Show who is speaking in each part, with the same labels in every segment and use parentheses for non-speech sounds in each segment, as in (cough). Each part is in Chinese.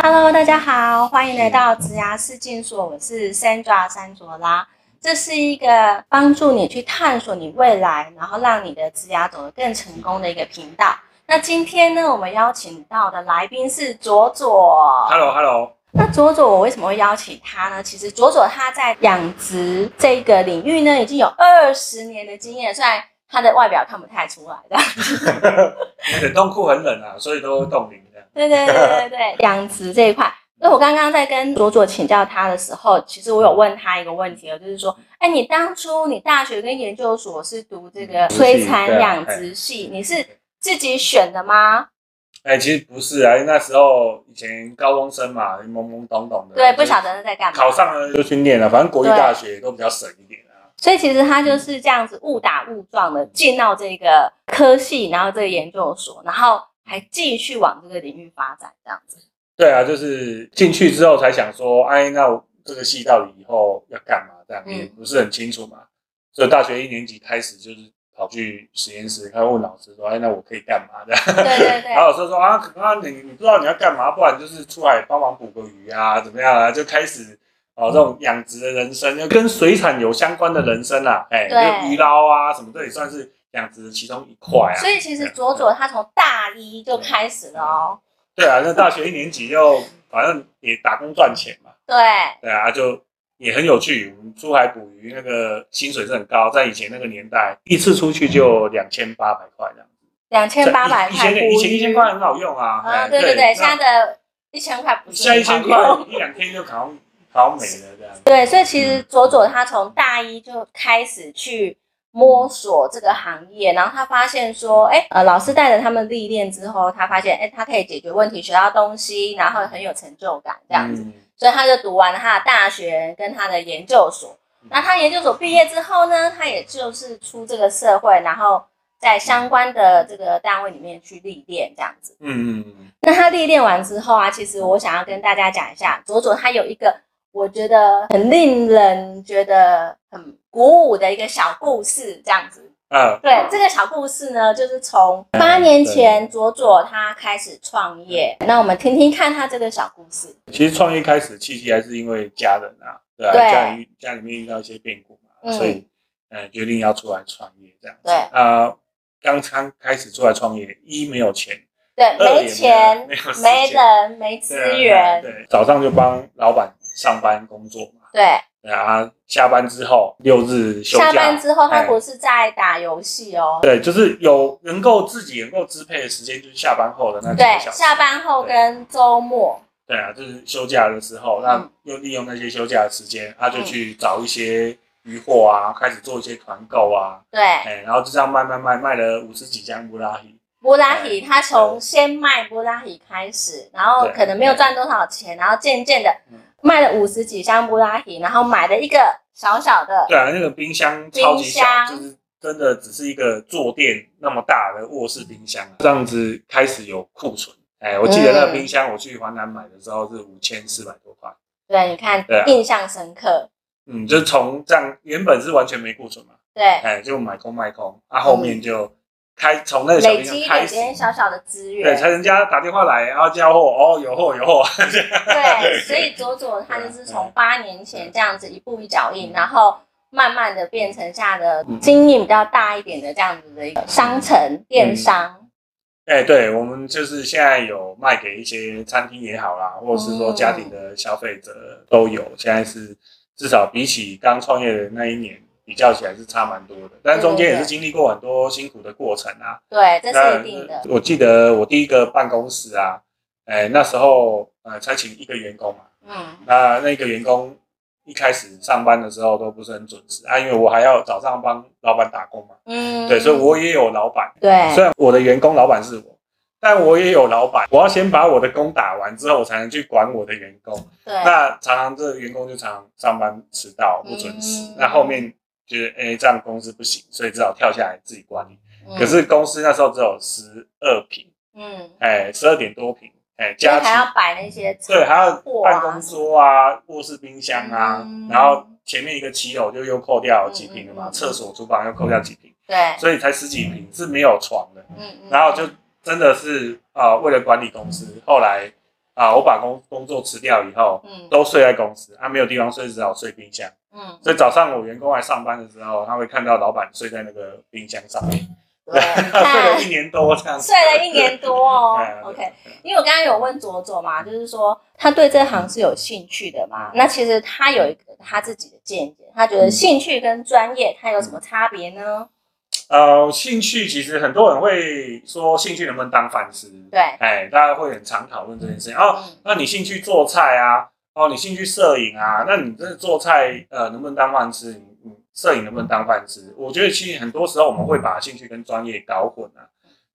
Speaker 1: Hello，大家好，欢迎来到植牙试镜所，我是 Sandra 山卓拉。这是一个帮助你去探索你未来，然后让你的植牙走得更成功的一个频道。那今天呢，我们邀请到的来宾是左左。
Speaker 2: Hello Hello，
Speaker 1: 那左左，我为什么会邀请他呢？其实左左他在养殖这个领域呢，已经有二十年的经验，虽然他的外表看不太出来的。
Speaker 2: 你冷冻库很冷啊，所以都冻龄这样。
Speaker 1: (laughs) 对对对对对，养殖这一块。那我刚刚在跟左左请教他的时候，其实我有问他一个问题，就是说，哎，你当初你大学跟研究所嗯是读这个水产养殖系，你是自己选的吗？
Speaker 2: 哎、其实不是啊，因为那时候以前高中生嘛，懵懵懂懂的，
Speaker 1: 嗯对，不晓
Speaker 2: 得
Speaker 1: 得是在干嘛
Speaker 2: 考。上了就去念了，反正国立大学都比较省一点啊。
Speaker 1: 所以其实他就是这样子误打误撞的进到这个科系，然后这个研究所，然后还继续往这个领域发展，这样子。
Speaker 2: 对啊，就是进去之后才想说，哎，那我这个系到底以后要干嘛？这样
Speaker 1: 嗯
Speaker 2: 也不是很清楚嘛。所以大学一年级开始就是跑去实验室，看问老师说，哎，那我可以干嘛这样？
Speaker 1: 对对对 (laughs)
Speaker 2: 然，后老师说啊，可能啊你你不知道你要干嘛，不然就是出来帮忙捕个鱼啊，怎么样啊？就开始哦这种养殖的人生，就跟水产有相关的人生啦、啊，哎、
Speaker 1: 对
Speaker 2: 就鱼捞啊什么，这也算是养殖的其中一块啊。
Speaker 1: 所以其实左左他从大一就开始了哦。
Speaker 2: 对啊，那大学一年级就反正也打工赚钱嘛，
Speaker 1: 对，
Speaker 2: 对啊，就也很有趣。我们出海捕鱼那个薪水是很高，在以前那个年代，一次出去就两千八百块这样。
Speaker 1: 两千八百
Speaker 2: 以
Speaker 1: 块捕
Speaker 2: 前以前一千
Speaker 1: 鱼。
Speaker 2: 块很好用啊，哎
Speaker 1: 嗯，对对对，
Speaker 2: 那
Speaker 1: 现在的一千块不是
Speaker 2: 下一千
Speaker 1: 很好用
Speaker 2: 块一两天就考考没了这样。
Speaker 1: 对，所以其
Speaker 2: 嗯
Speaker 1: 实左左他从大一就开始去
Speaker 2: 嗯
Speaker 1: 摸索这个行业，然后他发现说，哎，呃，老师带着他们历练之后，他发现，哎，他可以解决问题，学到东西，然后很有成就感这样子，
Speaker 2: 嗯
Speaker 1: 所以他就读完了他的大学跟他的研究所。
Speaker 2: 嗯
Speaker 1: 那他研究所毕业之后呢，他也就是出这个社会，然后在相关的这个单位里面去历练这样子。
Speaker 2: 嗯嗯嗯，
Speaker 1: 那他历练完之后啊，其实我想要跟大家讲一下，左左他有一个我觉得很令人觉得很鼓舞的一个小故事，这样子。
Speaker 2: 啊，
Speaker 1: 对，这个小故事呢，就是从
Speaker 2: 哎
Speaker 1: 八年前左左他开始创业，那我们听听看他这个小故事。
Speaker 2: 其实创业开始契机还是因为家人啊，对啊，
Speaker 1: 对
Speaker 2: 家里家里面遇到一些变故嘛，
Speaker 1: 嗯
Speaker 2: 所以呃决定要出来创业这样子。
Speaker 1: 对
Speaker 2: 啊，刚刚开始出来创业，一没有钱，
Speaker 1: 对，
Speaker 2: 二也
Speaker 1: 没钱
Speaker 2: 没、有
Speaker 1: 没
Speaker 2: 时间
Speaker 1: 人、没资
Speaker 2: 对啊
Speaker 1: 源，
Speaker 2: 对，早上就帮老板上班工作嘛，
Speaker 1: 对。
Speaker 2: 对啊，下班之后六日休假，
Speaker 1: 下班之后他
Speaker 2: 哎
Speaker 1: 不是在打游戏哦，
Speaker 2: 对，就是有能够自己能够支配的时间，就是下班后的那几
Speaker 1: 对
Speaker 2: 个小，时。
Speaker 1: 下班后跟周末，
Speaker 2: 对啊，就是休假的时候，那
Speaker 1: 嗯
Speaker 2: 又利用那些休假的时间，他就去找一些鱼货啊，开始做一些团购啊，
Speaker 1: 对。
Speaker 2: 哎，然后就这样卖卖卖，卖了五十几箱布拉提。
Speaker 1: 布拉提，他从先卖布拉提开始，然后可能没有赚多少钱，然后渐渐的
Speaker 2: 嗯
Speaker 1: 卖了五十几箱布拉提，然后买了一个小小的，
Speaker 2: 对啊，那个冰箱超级小
Speaker 1: 冰，箱
Speaker 2: 就是真的只是一个坐垫那么大的卧室冰箱啊，这样子开始有库存。哎，我记得
Speaker 1: 嗯
Speaker 2: 那个冰箱，我去华南买的时候是五千四百多块。
Speaker 1: 对，你看
Speaker 2: 对啊
Speaker 1: 印象深刻，
Speaker 2: 嗯，就从这样原本是完全没库存嘛，
Speaker 1: 对，
Speaker 2: 哎，就买空卖空，啊，后面就开从那个小
Speaker 1: 嗯累
Speaker 2: 冰箱
Speaker 1: 积一
Speaker 2: 开
Speaker 1: 点
Speaker 2: 始，
Speaker 1: 点小小的资
Speaker 2: 对，
Speaker 1: 源，
Speaker 2: 才人家打电话来，然后交货，哦，有货有货， (laughs)
Speaker 1: 对，所以左左他就是从八年前这样子一步一脚印，
Speaker 2: 嗯
Speaker 1: 然后慢慢的变成下的经营比较大一点的这样子的一个商城电商，
Speaker 2: 哎、对，我们就是现在有卖给一些餐厅也好啦，或者是说家庭
Speaker 1: 嗯
Speaker 2: 的消费者都有，现在是至少比起刚创业的那一年比较起来是差蛮多的，但中间也是经历过很多辛苦的过程啊。
Speaker 1: 对，这
Speaker 2: 那
Speaker 1: 是一定的，
Speaker 2: 我记得我第一个办公室啊，哎、那时候呃才请一个员工嘛，
Speaker 1: 嗯，
Speaker 2: 那那个员工一开始上班的时候都不是很准时啊，因为我还要早上帮老板打工嘛，
Speaker 1: 嗯，
Speaker 2: 对，所以我也有老板，
Speaker 1: 对
Speaker 2: 虽然我的员工老板是我，但我也有老板，我要先把我的工打完之后，我才能去管我的员工。
Speaker 1: 对。
Speaker 2: 那常常这个员工就常常上班迟到不准时，
Speaker 1: 嗯
Speaker 2: 那后面觉得哎、这样公司不行，所以只好跳下来自己管理。
Speaker 1: 嗯
Speaker 2: 可是公司那时候只有十二平，
Speaker 1: 嗯，
Speaker 2: 哎、十二点多平，哎、
Speaker 1: 所以
Speaker 2: 加起
Speaker 1: 还要摆那些车
Speaker 2: 嗯对，还有
Speaker 1: 货
Speaker 2: 办
Speaker 1: 啊
Speaker 2: 公桌啊、卧室冰箱啊，
Speaker 1: 嗯
Speaker 2: 然后前面一个骑楼就又扣掉几平了嘛，
Speaker 1: 嗯嗯嗯
Speaker 2: 厕所、厨房又扣掉几平，
Speaker 1: 对，
Speaker 2: 所以才十几平是没有床的。
Speaker 1: 嗯嗯，
Speaker 2: 然后就真的是啊、呃为了管理公司，后来啊，我把工工作辞掉以后，
Speaker 1: 嗯
Speaker 2: 都睡在公司，啊，没有地方睡，只好睡冰箱。
Speaker 1: 嗯，
Speaker 2: 所以早上我员工来上班的时候，他会看到老板睡在那个冰箱上面，
Speaker 1: 嗯
Speaker 2: (laughs)
Speaker 1: 对，
Speaker 2: 睡
Speaker 1: 那
Speaker 2: 了一年多这样子。
Speaker 1: (laughs) 睡了一年多哦
Speaker 2: (laughs) 哎呀。对
Speaker 1: OK，因为我刚刚有问左左嘛，就是说他对这行是有兴趣的嘛。那其实他有一个他自己的见解，他觉
Speaker 2: 嗯
Speaker 1: 得兴趣跟专业他有什么差别呢？
Speaker 2: 呃，兴趣其实很多人会说兴趣能不能当饭吃，
Speaker 1: 对，
Speaker 2: 哎，大家会很常讨论这件事情。哦，
Speaker 1: 嗯
Speaker 2: 那你兴趣做菜啊，哦，你兴趣摄影啊，那你这做菜呃能不能当饭吃？你你摄影能不能当饭吃？我觉得其实很多时候我们会把兴趣跟专业搞混啊，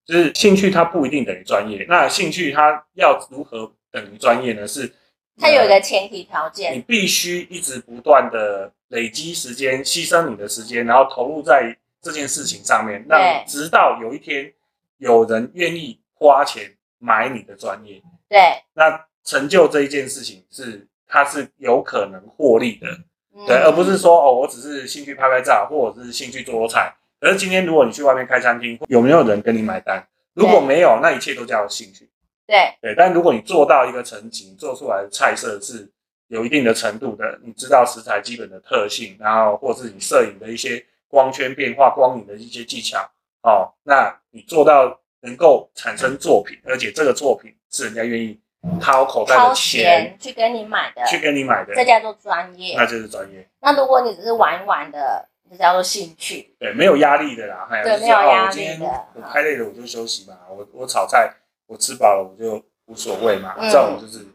Speaker 2: 就是兴趣它不一定等于专业，那兴趣它要如何等于专业呢？是
Speaker 1: 他有一
Speaker 2: 呃
Speaker 1: 个前提条
Speaker 2: 你
Speaker 1: 件，
Speaker 2: 必须一直不断的累积时间，牺牲你的时间，然后投入在这件事情上面，让直到有一天有人愿意花钱买你的专业，
Speaker 1: 对，
Speaker 2: 那成就这一件事情是它是有可能获利的，
Speaker 1: 嗯
Speaker 2: 对，而不是说哦，我只是兴趣拍拍照，或者是兴趣做做菜。可是今天如果你去外面开餐厅，有没有人跟你买单？如果
Speaker 1: 对
Speaker 2: 没有，那一切都叫兴趣。
Speaker 1: 对，
Speaker 2: 对，但如果你做到一个层级，做出来的菜色是有一定的程度的，你知道食材基本的特性，然后或是你摄影的一些光圈变化、光影的一些技巧，哦，那你做到能够产生作品，而且这个作品是人家愿意掏口袋
Speaker 1: 掏
Speaker 2: 的钱
Speaker 1: 钱去跟你买的，
Speaker 2: 去跟你买的，
Speaker 1: 这叫做专业
Speaker 2: 那。就是专业，
Speaker 1: 那如果你只是玩一玩的，这叫做兴趣。
Speaker 2: 对，没有压力的啦，还有
Speaker 1: 对
Speaker 2: 就是
Speaker 1: 没有
Speaker 2: 哦，
Speaker 1: 压
Speaker 2: 我今天
Speaker 1: 力的
Speaker 2: 我拍累了我就休息嘛，我我炒菜我吃饱了我就无所谓嘛，
Speaker 1: 嗯哦
Speaker 2: 这种就是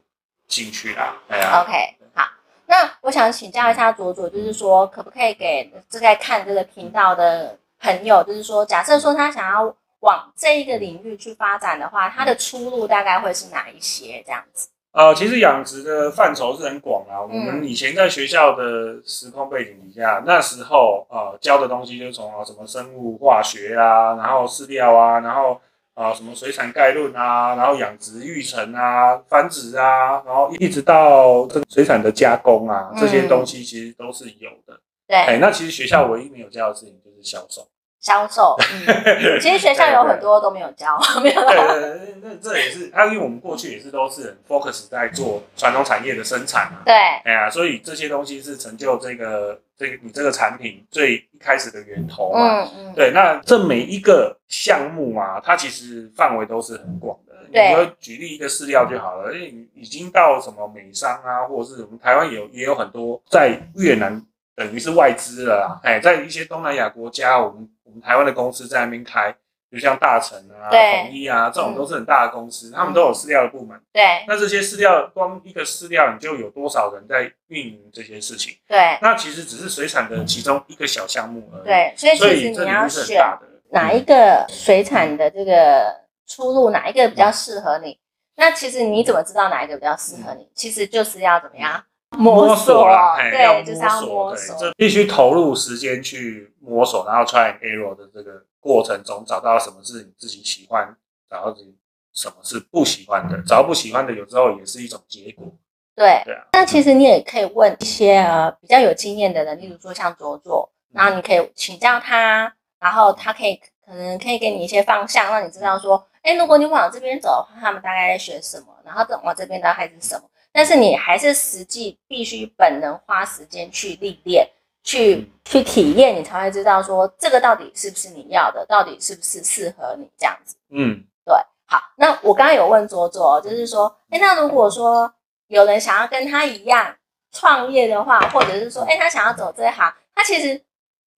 Speaker 2: 兴趣啦，哎呀、
Speaker 1: OK，好。那我想请教一下左左，就是说，可不可以给正在看这个频道的朋友，就是说，假设说他想要往这一个领域去发展的话，他
Speaker 2: 嗯
Speaker 1: 的出路大概会是哪一些？这样子，
Speaker 2: 呃，其实养殖的范畴是很广啊啦。我们
Speaker 1: 嗯
Speaker 2: 以前在学校的时空背景底下，那时候呃教的东西就是从啊什么生物化学啊，然后饲料啊，然后啊、呃什么水产概论啊，然后养殖育成啊、繁殖啊，然后一直到这个水产的加工啊，这些
Speaker 1: 嗯
Speaker 2: 东西其实都是有的。哎、
Speaker 1: 对，
Speaker 2: 那其实学校唯一没有教的事情就是销售。
Speaker 1: 销售。
Speaker 2: (laughs)
Speaker 1: 嗯，其实学校有很多都没有教，没有
Speaker 2: 对
Speaker 1: 啦。
Speaker 2: 对对，对那这也是，啊，因为我们过去也是都是很 focus 在做传统产业的生产啊。
Speaker 1: 对，
Speaker 2: 哎呀，所以这些东西是成就这个这个你这个产品最一开始的源头嘛。
Speaker 1: 嗯嗯，
Speaker 2: 对，那这每一个项目啊，它其实范围都是很广的。
Speaker 1: 对
Speaker 2: 你就举例一个饲料就好了，因为已经到什么美商啊，或者是我们台湾有也有很多在越南等于是外资了啦。哎，在一些东南亚国家，我们我们台湾的公司在那边开，就像大成啊、
Speaker 1: 对嗯
Speaker 2: 统一啊这种都是很大的公司，他们都有饲料的部门。
Speaker 1: 对
Speaker 2: 那这些饲料，光一个饲料，你就有多少人在运营这些事情？
Speaker 1: 对
Speaker 2: 那其实只是水产的其中一个小项目而已。，
Speaker 1: 对，所以
Speaker 2: 所
Speaker 1: 其
Speaker 2: 以
Speaker 1: 实
Speaker 2: 这
Speaker 1: 你
Speaker 2: 领
Speaker 1: 要
Speaker 2: 域是很
Speaker 1: 选
Speaker 2: 大的。
Speaker 1: 哪一个水产的这个出路，哪一个比较适合你？那其实你怎么知道哪一个比较适合你？其实就是要怎么样摸
Speaker 2: 索啦，嘿要
Speaker 1: 对，就是要摸
Speaker 2: 摸
Speaker 1: 索
Speaker 2: 索，。对这必须投入时间去摸索，然后 try and error 的这个过程中，找到什么是你自己喜欢，找到自己什么是不喜欢的，找到不喜欢的，有时候也是一种结果。
Speaker 1: 对
Speaker 2: 对啊，
Speaker 1: 那其实你也可以问一些呃比较有经验的人，例如说像卓卓，然后你可以请教他，然后他可以可能可以给你一些方向，让你知道说，哎，如果你往这边走的话，他们大概在学什么，然后往这边大概是什么。但是你还是实际必须本人花时间去历练，去去体验，你才会知道说这个到底是不是你要的，到底是不是适合你这样子。
Speaker 2: 嗯，
Speaker 1: 对，好，那我刚刚有问左左，就是说，哎，那如果说有人想要跟他一样创业的话，或者是说，哎，他想要走这一行，他其实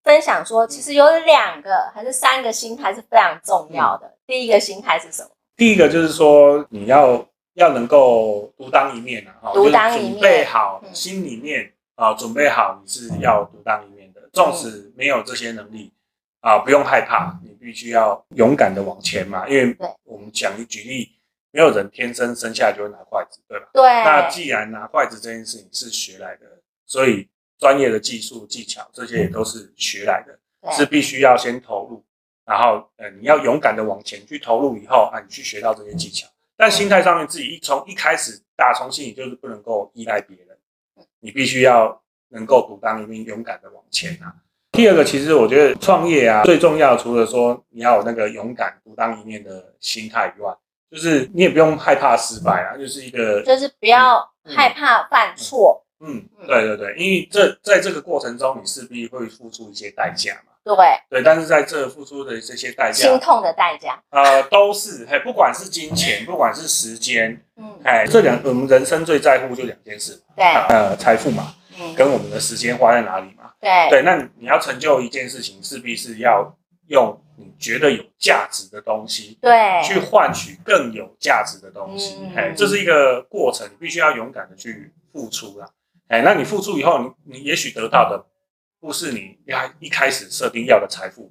Speaker 1: 分享说，其实有两个还是三个心态是非常重
Speaker 2: 嗯
Speaker 1: 要的。第一个心态是什么？
Speaker 2: 第一个就是说你要要能够独当一面啊，哈
Speaker 1: 独当一
Speaker 2: 就是
Speaker 1: 面
Speaker 2: 准备好
Speaker 1: 嗯
Speaker 2: 心里面啊、准备好你是要独当一面的，纵使没有这些能力啊、不用害怕，你必须要勇敢的往前嘛，因为
Speaker 1: 对
Speaker 2: 我们讲举例，没有人天生生下来就会拿筷子，对吧？
Speaker 1: 对，
Speaker 2: 那既然拿筷子这件事情是学来的，所以专业的技术技巧这些也都是学来的。是
Speaker 1: 对，
Speaker 2: 必须要先投入，然后呃，你要勇敢的往前去投入以后啊，你去学到这些技巧。但心态上面自己一从一开始打从心里就是不能够依赖别人，你必须要能够独当一面，勇敢的往前啊。第二个，其实我觉得创业啊，最重要的除了说你要有那个勇敢独当一面的心态以外，就是你也不用害怕失败啊，就是一个
Speaker 1: 就是不要害怕犯错，
Speaker 2: 嗯，对对对，因为这在这个过程中，你势必会付出一些代价嘛。
Speaker 1: 对，
Speaker 2: 对，但是在这付出的这些代
Speaker 1: 心
Speaker 2: 价，
Speaker 1: 痛的代价。嗯
Speaker 2: 呃，都是嘿，不管是金钱，不管是时间，
Speaker 1: 嗯，
Speaker 2: 哎，这两我们人生最在乎就两件事嘛，
Speaker 1: 对，
Speaker 2: 呃，财富嘛，
Speaker 1: 嗯，
Speaker 2: 跟我们的时间花在哪里嘛。
Speaker 1: 对，
Speaker 2: 对，那你你要成就一件事情，势必是要用你觉得有价值的东西去
Speaker 1: 对，
Speaker 2: 换取更有价值的东西
Speaker 1: 嗯。
Speaker 2: 哎、这是一个过程，你必须要勇敢的去付出啦。哎，那你付出以后，你你也许得到的不是你要一开始设定要的财富，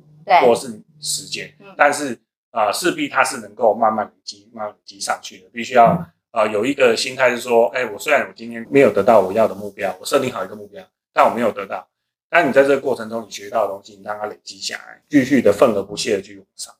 Speaker 1: 对，
Speaker 2: 或是时间
Speaker 1: 嗯，
Speaker 2: 但是啊，呃势、必它是能够慢慢累积、慢慢累积上去的。必须要
Speaker 1: 嗯
Speaker 2: 啊、呃有一个心态是说，哎、我虽然我今天没有得到我要的目标，我设定好一个目标，但我没有得到，但你在这个过程中，你学到的东西，你让它累积下来，继续的奋而不懈的去往上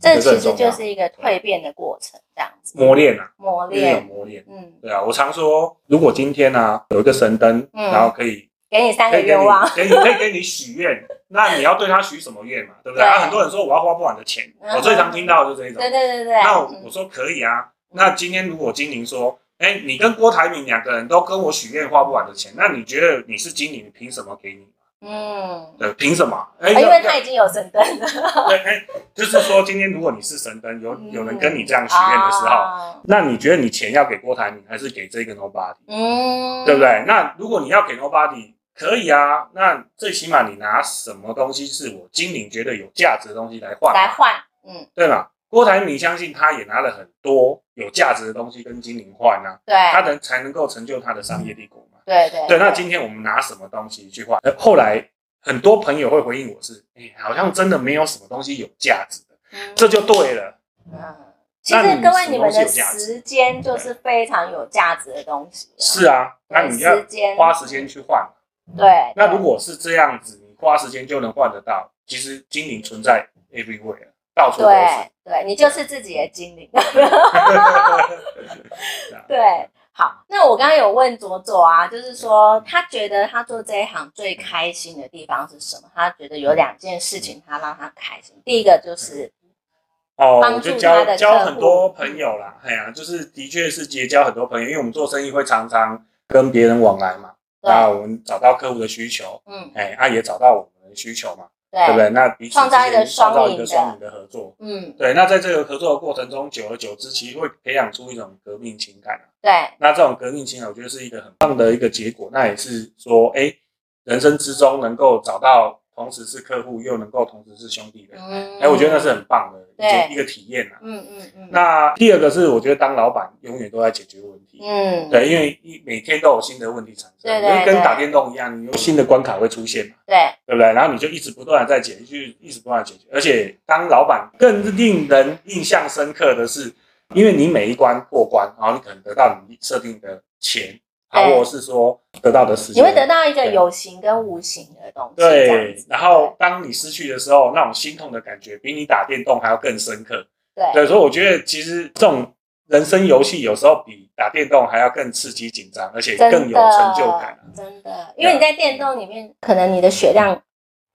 Speaker 1: 这其实就是一个蜕变的过程，这样子
Speaker 2: 磨练啊，
Speaker 1: 磨
Speaker 2: 就是一种
Speaker 1: 练。
Speaker 2: 磨练。
Speaker 1: 嗯，
Speaker 2: 对啊，我常说，如果今天啊有一个神灯，
Speaker 1: 嗯
Speaker 2: 然后可以
Speaker 1: 给你三
Speaker 2: 可
Speaker 1: 个
Speaker 2: 以给
Speaker 1: 愿
Speaker 2: 你
Speaker 1: 望，
Speaker 2: 给你可以给你许愿，那你要对他许什么愿嘛，对不对？
Speaker 1: 对
Speaker 2: 啊，很多人说我要花不完的钱，
Speaker 1: 嗯
Speaker 2: 我最常听到的就是这一种
Speaker 1: 对。对对对，
Speaker 2: 那我
Speaker 1: 嗯
Speaker 2: 我说可以啊。那今天如果精灵说，哎、你跟郭台铭两个人都跟我许愿花不完的钱，那你觉得你是精灵，凭什么给你？
Speaker 1: 嗯，
Speaker 2: 对，凭什么？哎、
Speaker 1: 啊因为
Speaker 2: 要
Speaker 1: 他已经有神灯
Speaker 2: (laughs)
Speaker 1: 了，
Speaker 2: 对，哎、就是说今天如果你是神灯，有
Speaker 1: 嗯
Speaker 2: 有人跟你这样许愿的时候，
Speaker 1: 啊
Speaker 2: 那你觉得你钱要给郭台铭还是给这个 nobody？、
Speaker 1: 嗯，
Speaker 2: 对不？对？那如果你要给 nobody，可以啊。那最起码你拿什么东西是我精灵觉得有价值的东西来换嘛，
Speaker 1: 来换，嗯，
Speaker 2: 对吧？郭台铭相信他也拿了很多有价值的东西跟精灵换啊。
Speaker 1: 对，
Speaker 2: 他能才能够成就他的商业帝国嘛。
Speaker 1: 对对
Speaker 2: 对，那今天我们拿什么东西去换？呃后来很多朋友会回应我是，哎、好像真的没有什么东西有价值的，
Speaker 1: 嗯
Speaker 2: 这就对了。
Speaker 1: 嗯其实
Speaker 2: 那你
Speaker 1: 各
Speaker 2: 什
Speaker 1: 位，
Speaker 2: 么
Speaker 1: 你们
Speaker 2: 东西
Speaker 1: 的
Speaker 2: 有价值
Speaker 1: 时间就是非常有价值的东西啊。
Speaker 2: 是啊，那
Speaker 1: 对，
Speaker 2: 你要
Speaker 1: 时间
Speaker 2: 花时间去换。
Speaker 1: 对。
Speaker 2: 那如果是这样子，你花时间就能换得到，其实精灵存在 everywhere，到处都
Speaker 1: 对
Speaker 2: 是。 (laughs)
Speaker 1: 对，你就是自己的精灵。
Speaker 2: 是啊
Speaker 1: 对，好，那我刚刚有问左左啊，就是说他觉得他做这一行最开心的地方是什么？他觉得有两件事情他让他开心，第一个就是
Speaker 2: 哦，
Speaker 1: 帮
Speaker 2: 我就
Speaker 1: 助他
Speaker 2: 交
Speaker 1: 的
Speaker 2: 交
Speaker 1: 客
Speaker 2: 很多
Speaker 1: 户
Speaker 2: 朋友啦，哎呀、就是的确是结交很多朋友，因为我们做生意会常常跟别人往来嘛，
Speaker 1: 对，
Speaker 2: 那我们找到客户的需求，
Speaker 1: 嗯，
Speaker 2: 哎，啊也找到我们的需求嘛，对不
Speaker 1: 对，
Speaker 2: 对？那彼此之
Speaker 1: 创造一个
Speaker 2: 间创造一个
Speaker 1: 双
Speaker 2: 双赢的合作，
Speaker 1: 嗯，
Speaker 2: 对。那在这个合作的过程中，久而久之，其实会培养出一种革命情感啊。
Speaker 1: 对，
Speaker 2: 那这种革命情感，我觉得是一个很棒的一个结果。那也是说，哎，人生之中能够找到同时是客户，又能够同时是兄弟的，
Speaker 1: 嗯，
Speaker 2: 哎，我觉得那是，很棒的一
Speaker 1: 对
Speaker 2: 件一个体验啊。
Speaker 1: 嗯嗯嗯，
Speaker 2: 那第二个是，我觉得当老板永远都在解决问题。
Speaker 1: 嗯，
Speaker 2: 对，因为一每天都有新的问题产生，
Speaker 1: 对对
Speaker 2: 就跟
Speaker 1: 对
Speaker 2: 打电动一样，你有新的关卡会出现嘛。
Speaker 1: 对
Speaker 2: 对不对？然后你就一直不断的在解，就一直不断的解决。而且当老板更令人印象深刻的是，因为你每一关过关，然后你可能得到你设定的钱，啊，
Speaker 1: 对
Speaker 2: 或者是说得到的时
Speaker 1: 你
Speaker 2: 间，
Speaker 1: 会得到一个
Speaker 2: 对
Speaker 1: 有形跟无形的东西，这样
Speaker 2: 对
Speaker 1: 子。
Speaker 2: 然后当你失去的时候，那种心痛的感觉比你打电动还要更深刻。
Speaker 1: 对对
Speaker 2: 对，所以我觉得其实这种人生游戏有时候比打电动还要更刺激紧张，而且
Speaker 1: 真的
Speaker 2: 更有成就感啊。
Speaker 1: 真的，因为你在电动里面，可能你的血量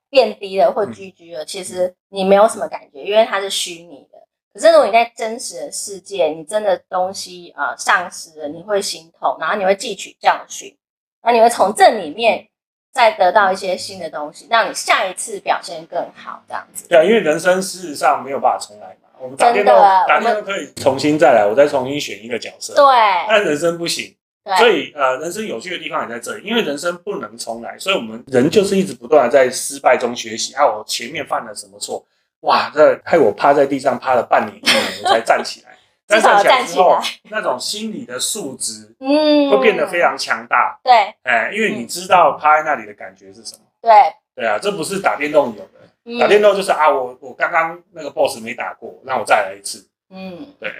Speaker 1: 变低了或
Speaker 2: 嗯
Speaker 1: GG 了，其实你没有什么感觉，因为它是虚拟的。可是如果你在真实的世界，你真的东西呃丧失了，你会心痛，然后你会汲取教训，然后你会从这里面
Speaker 2: 嗯
Speaker 1: 再得到一些新的东西，让你下一次表现更好，这样子。
Speaker 2: 对啊，因为人生事实上没有办法重来嘛。我们打
Speaker 1: 真
Speaker 2: 电
Speaker 1: 的
Speaker 2: 动，
Speaker 1: 我
Speaker 2: 打
Speaker 1: 们
Speaker 2: 电动可以重新再来，我再重新选一个角色。
Speaker 1: 对
Speaker 2: 但人生不行，所
Speaker 1: 对
Speaker 2: 以呃，人生有趣的地方也在这里，因为人生不能重来，所以我们人就是一直不断的在失败中学习。啊，我前面犯了什么错？哇，这害我趴在地上趴了半年一年，我才站起来。
Speaker 1: (laughs)
Speaker 2: 但
Speaker 1: 至少
Speaker 2: 站起来之后
Speaker 1: 站，
Speaker 2: 那种心理的素质
Speaker 1: 嗯，
Speaker 2: 会变得非常强大。
Speaker 1: 对
Speaker 2: 哎、因
Speaker 1: 嗯
Speaker 2: 为你知道趴在那里的感觉是什么。
Speaker 1: 对，
Speaker 2: 对啊，这不是打电动有的。
Speaker 1: 嗯
Speaker 2: 打电动就是啊，我我刚刚那个 boss 没打过，那我再来一次。
Speaker 1: 嗯，
Speaker 2: 对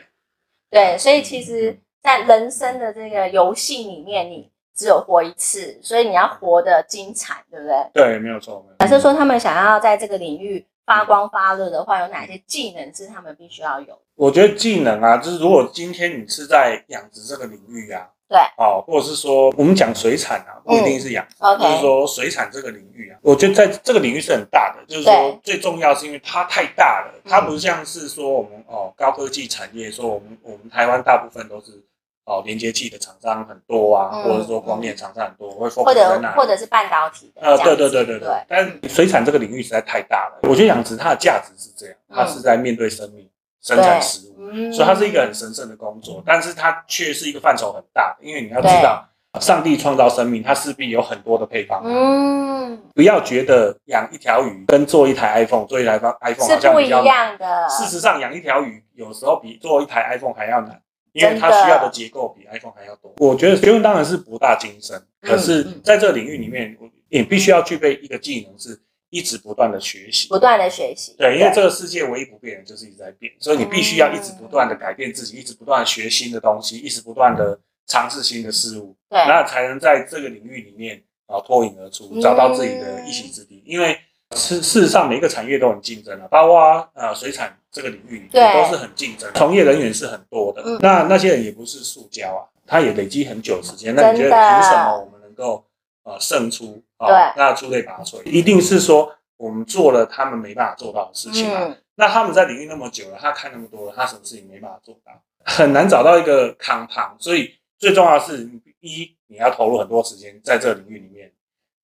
Speaker 1: 对，所以其实，在人生的这个游戏里面，你只有活一次，所以你要活得精彩，对不对？
Speaker 2: 对，没有错，没有错。
Speaker 1: 假设说他们想要在这个领域发光发热的话，有哪些技能是他们必须要有？
Speaker 2: 我觉得技能啊，就是如果今天你是在养殖这个领域啊，
Speaker 1: 对
Speaker 2: 哦，或者是说我们讲水产啊，不一定是养殖，
Speaker 1: 嗯，OK
Speaker 2: 就是说水产这个领域啊，我觉得在这个领域是很大的，就是说最重要是因为它太
Speaker 1: 嗯
Speaker 2: 大了，它不像是说我们哦高科技产业，说我们我们台湾大部分都是哦连接器的厂商很多啊，
Speaker 1: 嗯
Speaker 2: 或者说光电厂商很多，会 focus
Speaker 1: 或
Speaker 2: 在
Speaker 1: 者
Speaker 2: 那里
Speaker 1: 或者是半导体的这
Speaker 2: 呃，
Speaker 1: 样子，
Speaker 2: 对对对对对
Speaker 1: 对，，
Speaker 2: 但是水产这个领域实在太大了，我觉得养殖它的价值是这样，它是在面对生命、生产食物，
Speaker 1: 嗯
Speaker 2: 所以它是一个很神圣的工作，但是它却是一个范畴很大的，因为你要知道，上帝创造生命，它势必有很多的配方。
Speaker 1: 嗯
Speaker 2: 不要觉得养一条鱼跟做一台 iPhone，做一台 iPhone 好
Speaker 1: 是
Speaker 2: 像
Speaker 1: 不
Speaker 2: 比
Speaker 1: 一
Speaker 2: 较难。
Speaker 1: 样的，
Speaker 2: 事实上，养一条鱼有时候比做一台 iPhone 还要难，因为它
Speaker 1: 真的
Speaker 2: 需要的结构比 iPhone 还要多。我觉得学问当然是博大精深，可是
Speaker 1: 嗯嗯
Speaker 2: 在这个领域里面，我也必须要具备一个技能，是一直不断的学习
Speaker 1: 不。断的学习，
Speaker 2: 对，因为这个世界唯一不变的就是一直在变，所以你必须要一直不断的改变自己，一直不断的学新的东西，一直不断的尝试新的事物，
Speaker 1: 对
Speaker 2: 那才能在这个领域里面啊脱颖而出，
Speaker 1: 嗯
Speaker 2: 找到自己的一席之地。因为事事实上每一个产业都很竞争啊，包括呃水产这个领域
Speaker 1: 对
Speaker 2: 也都是很竞争，从业人员是很多的。
Speaker 1: 嗯
Speaker 2: 那那些人也不是塑胶啊，他也累积很久的时间。那你觉
Speaker 1: 真
Speaker 2: 得
Speaker 1: 的
Speaker 2: 凭什么我们能够呃胜出啊？
Speaker 1: 对
Speaker 2: 那出类拔萃，一定是说我们做了他们没办法做到的事情啊。
Speaker 1: 嗯，
Speaker 2: 那他们在领域那么久了，他看那么多了，他什么事情没办法做到，很难找到一个康旁。所以最重要的是，你一你要投入很多时间在这个领域里面；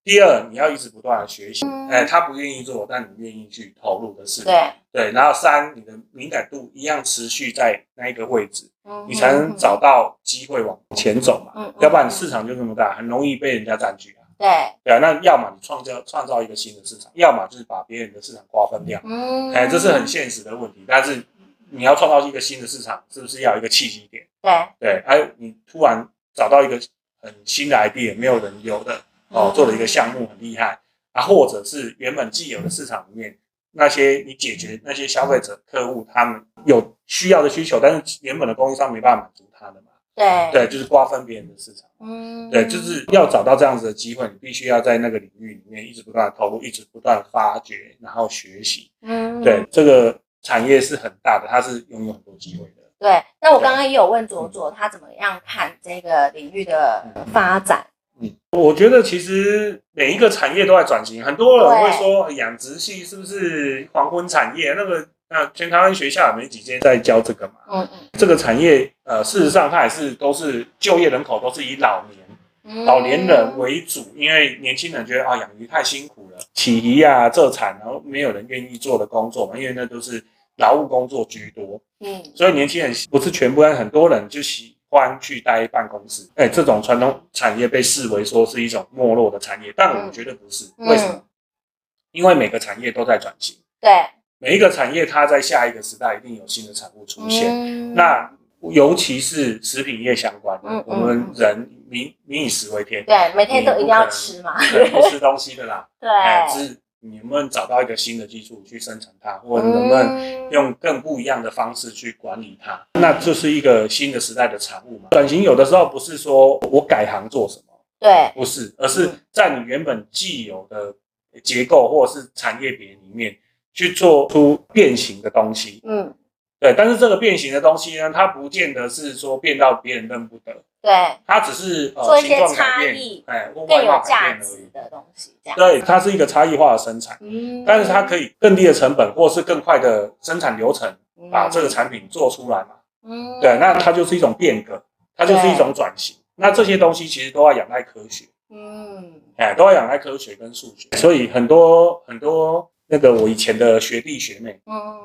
Speaker 2: 第二，你要一直不断的学习。
Speaker 1: 嗯
Speaker 2: 哎，他不愿意做，但你愿意去投入的事。
Speaker 1: 对，
Speaker 2: 对，然后三，你的敏感度一样持续在那一个位置，
Speaker 1: 嗯
Speaker 2: 你才能找到机会往前走嘛。
Speaker 1: 嗯嗯
Speaker 2: 要不然市场就这么大，很容易被人家占据啊。
Speaker 1: 对，
Speaker 2: 对啊，那要么你创造创造一个新的市场，要么就是把别人的市场瓜分掉。
Speaker 1: 嗯，
Speaker 2: 哎，这是很现实的问题。但是你要创造一个新的市场，是不是要有一个契机点？
Speaker 1: 对，
Speaker 2: 对，哎，你突然找到一个很新的 idea，没有人有的哦
Speaker 1: 嗯，
Speaker 2: 做了一个项目很厉害啊，或者是原本既有的市场里面那些你解决那些消费者、客户他们有需要的需求，但是原本的供应商没办法满足他的嘛。
Speaker 1: 对，
Speaker 2: 对，就是瓜分别人的市场。
Speaker 1: 嗯，
Speaker 2: 对，就是要找到这样子的机会，你必须要在那个领域里面一直不断地投入，一直不断地发掘，然后学习。
Speaker 1: 嗯，
Speaker 2: 对，这个产业是很大的，它是拥有很多机会的。
Speaker 1: 对。那我刚刚也有问
Speaker 2: 嗯
Speaker 1: 卓卓，他怎么样看这个领域的发展？
Speaker 2: 我觉得其实每一个产业都在转型，很多人会说哎养殖系是不是黄昏产业？那个那全台湾学校也没几间在教这个嘛。
Speaker 1: 嗯嗯
Speaker 2: 这个产业呃，事实上它也是都是就业人口都是以老年
Speaker 1: 嗯，
Speaker 2: 老年人为主，因为年轻人觉得啊养鱼太辛苦了，起鱼啊这产，然后没有人愿意做的工作嘛，因为那都是劳务工作居多。
Speaker 1: 嗯，
Speaker 2: 所以年轻人不是全部，但很多人就喜欢去待办公室。哎，这种传统产业被视为说是一种没落的产业，但我们觉得不是。
Speaker 1: 嗯
Speaker 2: 为什么？因为每个产业都在转型，
Speaker 1: 对，
Speaker 2: 每一个产业它在下一个时代一定有新的产物出现。
Speaker 1: 嗯
Speaker 2: 那尤其是食品业相关的，
Speaker 1: 嗯嗯
Speaker 2: 我们人民民以食为天，
Speaker 1: 对，每天都一定要吃嘛，
Speaker 2: 人不吃东西的啦。
Speaker 1: (laughs) 对，
Speaker 2: 哎，只是你能不能找到一个新的技术去生产它，或者能不能
Speaker 1: 嗯
Speaker 2: 用更不一样的方式去管理它，那就是一个新的时代的产物嘛。转型有的时候不是说我改行做什么，
Speaker 1: 对，
Speaker 2: 不是，而是在你原本既有的结构或者是产业别里面去做出变形的东西。
Speaker 1: 嗯，
Speaker 2: 对，但是这个变形的东西呢，它不见得是说变到别人认不得，
Speaker 1: 对，
Speaker 2: 它只是
Speaker 1: 做
Speaker 2: 呃
Speaker 1: 一些
Speaker 2: 形状
Speaker 1: 差
Speaker 2: 改
Speaker 1: 异
Speaker 2: 变，哎，或
Speaker 1: 更
Speaker 2: 外
Speaker 1: 有
Speaker 2: 貌
Speaker 1: 价
Speaker 2: 改变而
Speaker 1: 值
Speaker 2: 已。
Speaker 1: 的东西，这样，
Speaker 2: 对，它是一个差异化的生产，
Speaker 1: 嗯，
Speaker 2: 但是它可以更低的成本，或是更快的生产流程，
Speaker 1: 以
Speaker 2: 把这个，产品做出来嘛。
Speaker 1: 嗯，
Speaker 2: 对，那它就是一种变革，它就是一种转型。那这些东西其实都要仰赖科学，
Speaker 1: 嗯，
Speaker 2: 哎，都要仰赖科学跟数学。所以很多很多那个我以前的学弟学妹，
Speaker 1: 嗯，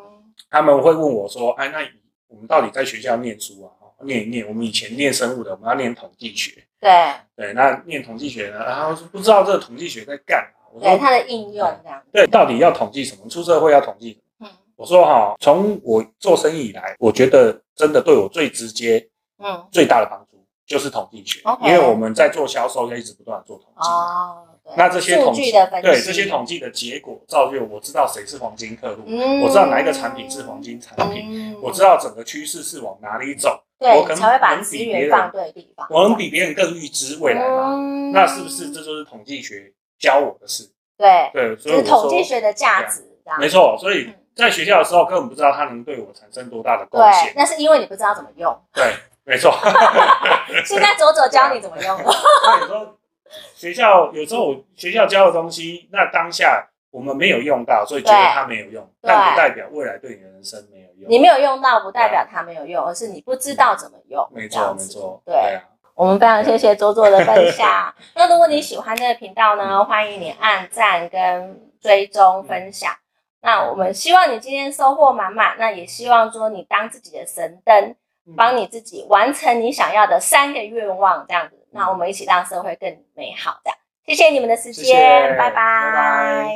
Speaker 2: 他们会问我说：“哎，那我们到底在学校念书啊？哦念一念，我们以前念生物的，我们要念统计学。
Speaker 1: 对，
Speaker 2: 对，那念统计学呢？然后说不知道这个统计学在干嘛。”我
Speaker 1: 对，
Speaker 2: 说
Speaker 1: 它的应用这样：“子，
Speaker 2: 嗯对，到底要统计什么？出社会要统计什么？”
Speaker 1: 嗯
Speaker 2: 我说：“哈，从我做生意以来，我觉得真的对我最直接
Speaker 1: 嗯，
Speaker 2: 最大的帮助就是统计学
Speaker 1: OK
Speaker 2: 因为我们在做销售要一直不断地做统计。
Speaker 1: 哦，对
Speaker 2: 那这些
Speaker 1: 数
Speaker 2: 统
Speaker 1: 据
Speaker 2: 计
Speaker 1: 的分析，
Speaker 2: 对这些统计的结果，造就我知道谁是黄金客户，
Speaker 1: 嗯
Speaker 2: 我知道哪一个产品是黄金产品，
Speaker 1: 嗯
Speaker 2: 我知道整个趋势是往哪里走，我
Speaker 1: 对，
Speaker 2: 可能
Speaker 1: 才会把
Speaker 2: 能
Speaker 1: 资
Speaker 2: 比别
Speaker 1: 源
Speaker 2: 人
Speaker 1: 放对地方，
Speaker 2: 我能比别人更预知未来嘛？
Speaker 1: 嗯
Speaker 2: 那是不是这就是统计学教我的事？
Speaker 1: 对，
Speaker 2: 对，所
Speaker 1: 就
Speaker 2: 以我
Speaker 1: 是
Speaker 2: 说啊
Speaker 1: 统计学的价值，这样
Speaker 2: 没，错，所以
Speaker 1: 嗯
Speaker 2: 在学校的时候根本不知道它能对我产生多大的贡
Speaker 1: 对，
Speaker 2: 献。 (laughs)
Speaker 1: 那是因为你不知道怎么用，
Speaker 2: 对，没错。
Speaker 1: 现在左左教你怎么用了。
Speaker 2: 那有时候学校有时候我学校教的东西，那当下我们没有用到，所以觉得
Speaker 1: 对
Speaker 2: 它没有用，
Speaker 1: 对
Speaker 2: 但不代表未来对你的人生没有用。
Speaker 1: 你没有用到，不代表它没有用，而是你不知道怎么用。
Speaker 2: 没
Speaker 1: 这
Speaker 2: 错
Speaker 1: 样
Speaker 2: 没
Speaker 1: 子
Speaker 2: 错，
Speaker 1: 对，
Speaker 2: 啊，
Speaker 1: 我们非常谢谢左左的分 (laughs) 享。那如果你喜欢这个频道呢，欢迎你按赞跟追踪分享。那我们希望你今天收获满满，那也希望说你当自己的神灯，
Speaker 2: 嗯
Speaker 1: 帮你自己完成你想要的三个愿望，这样子。那我们一起让社会更美好，这样。谢谢你们的时
Speaker 2: 谢谢
Speaker 1: 间，拜
Speaker 2: 拜拜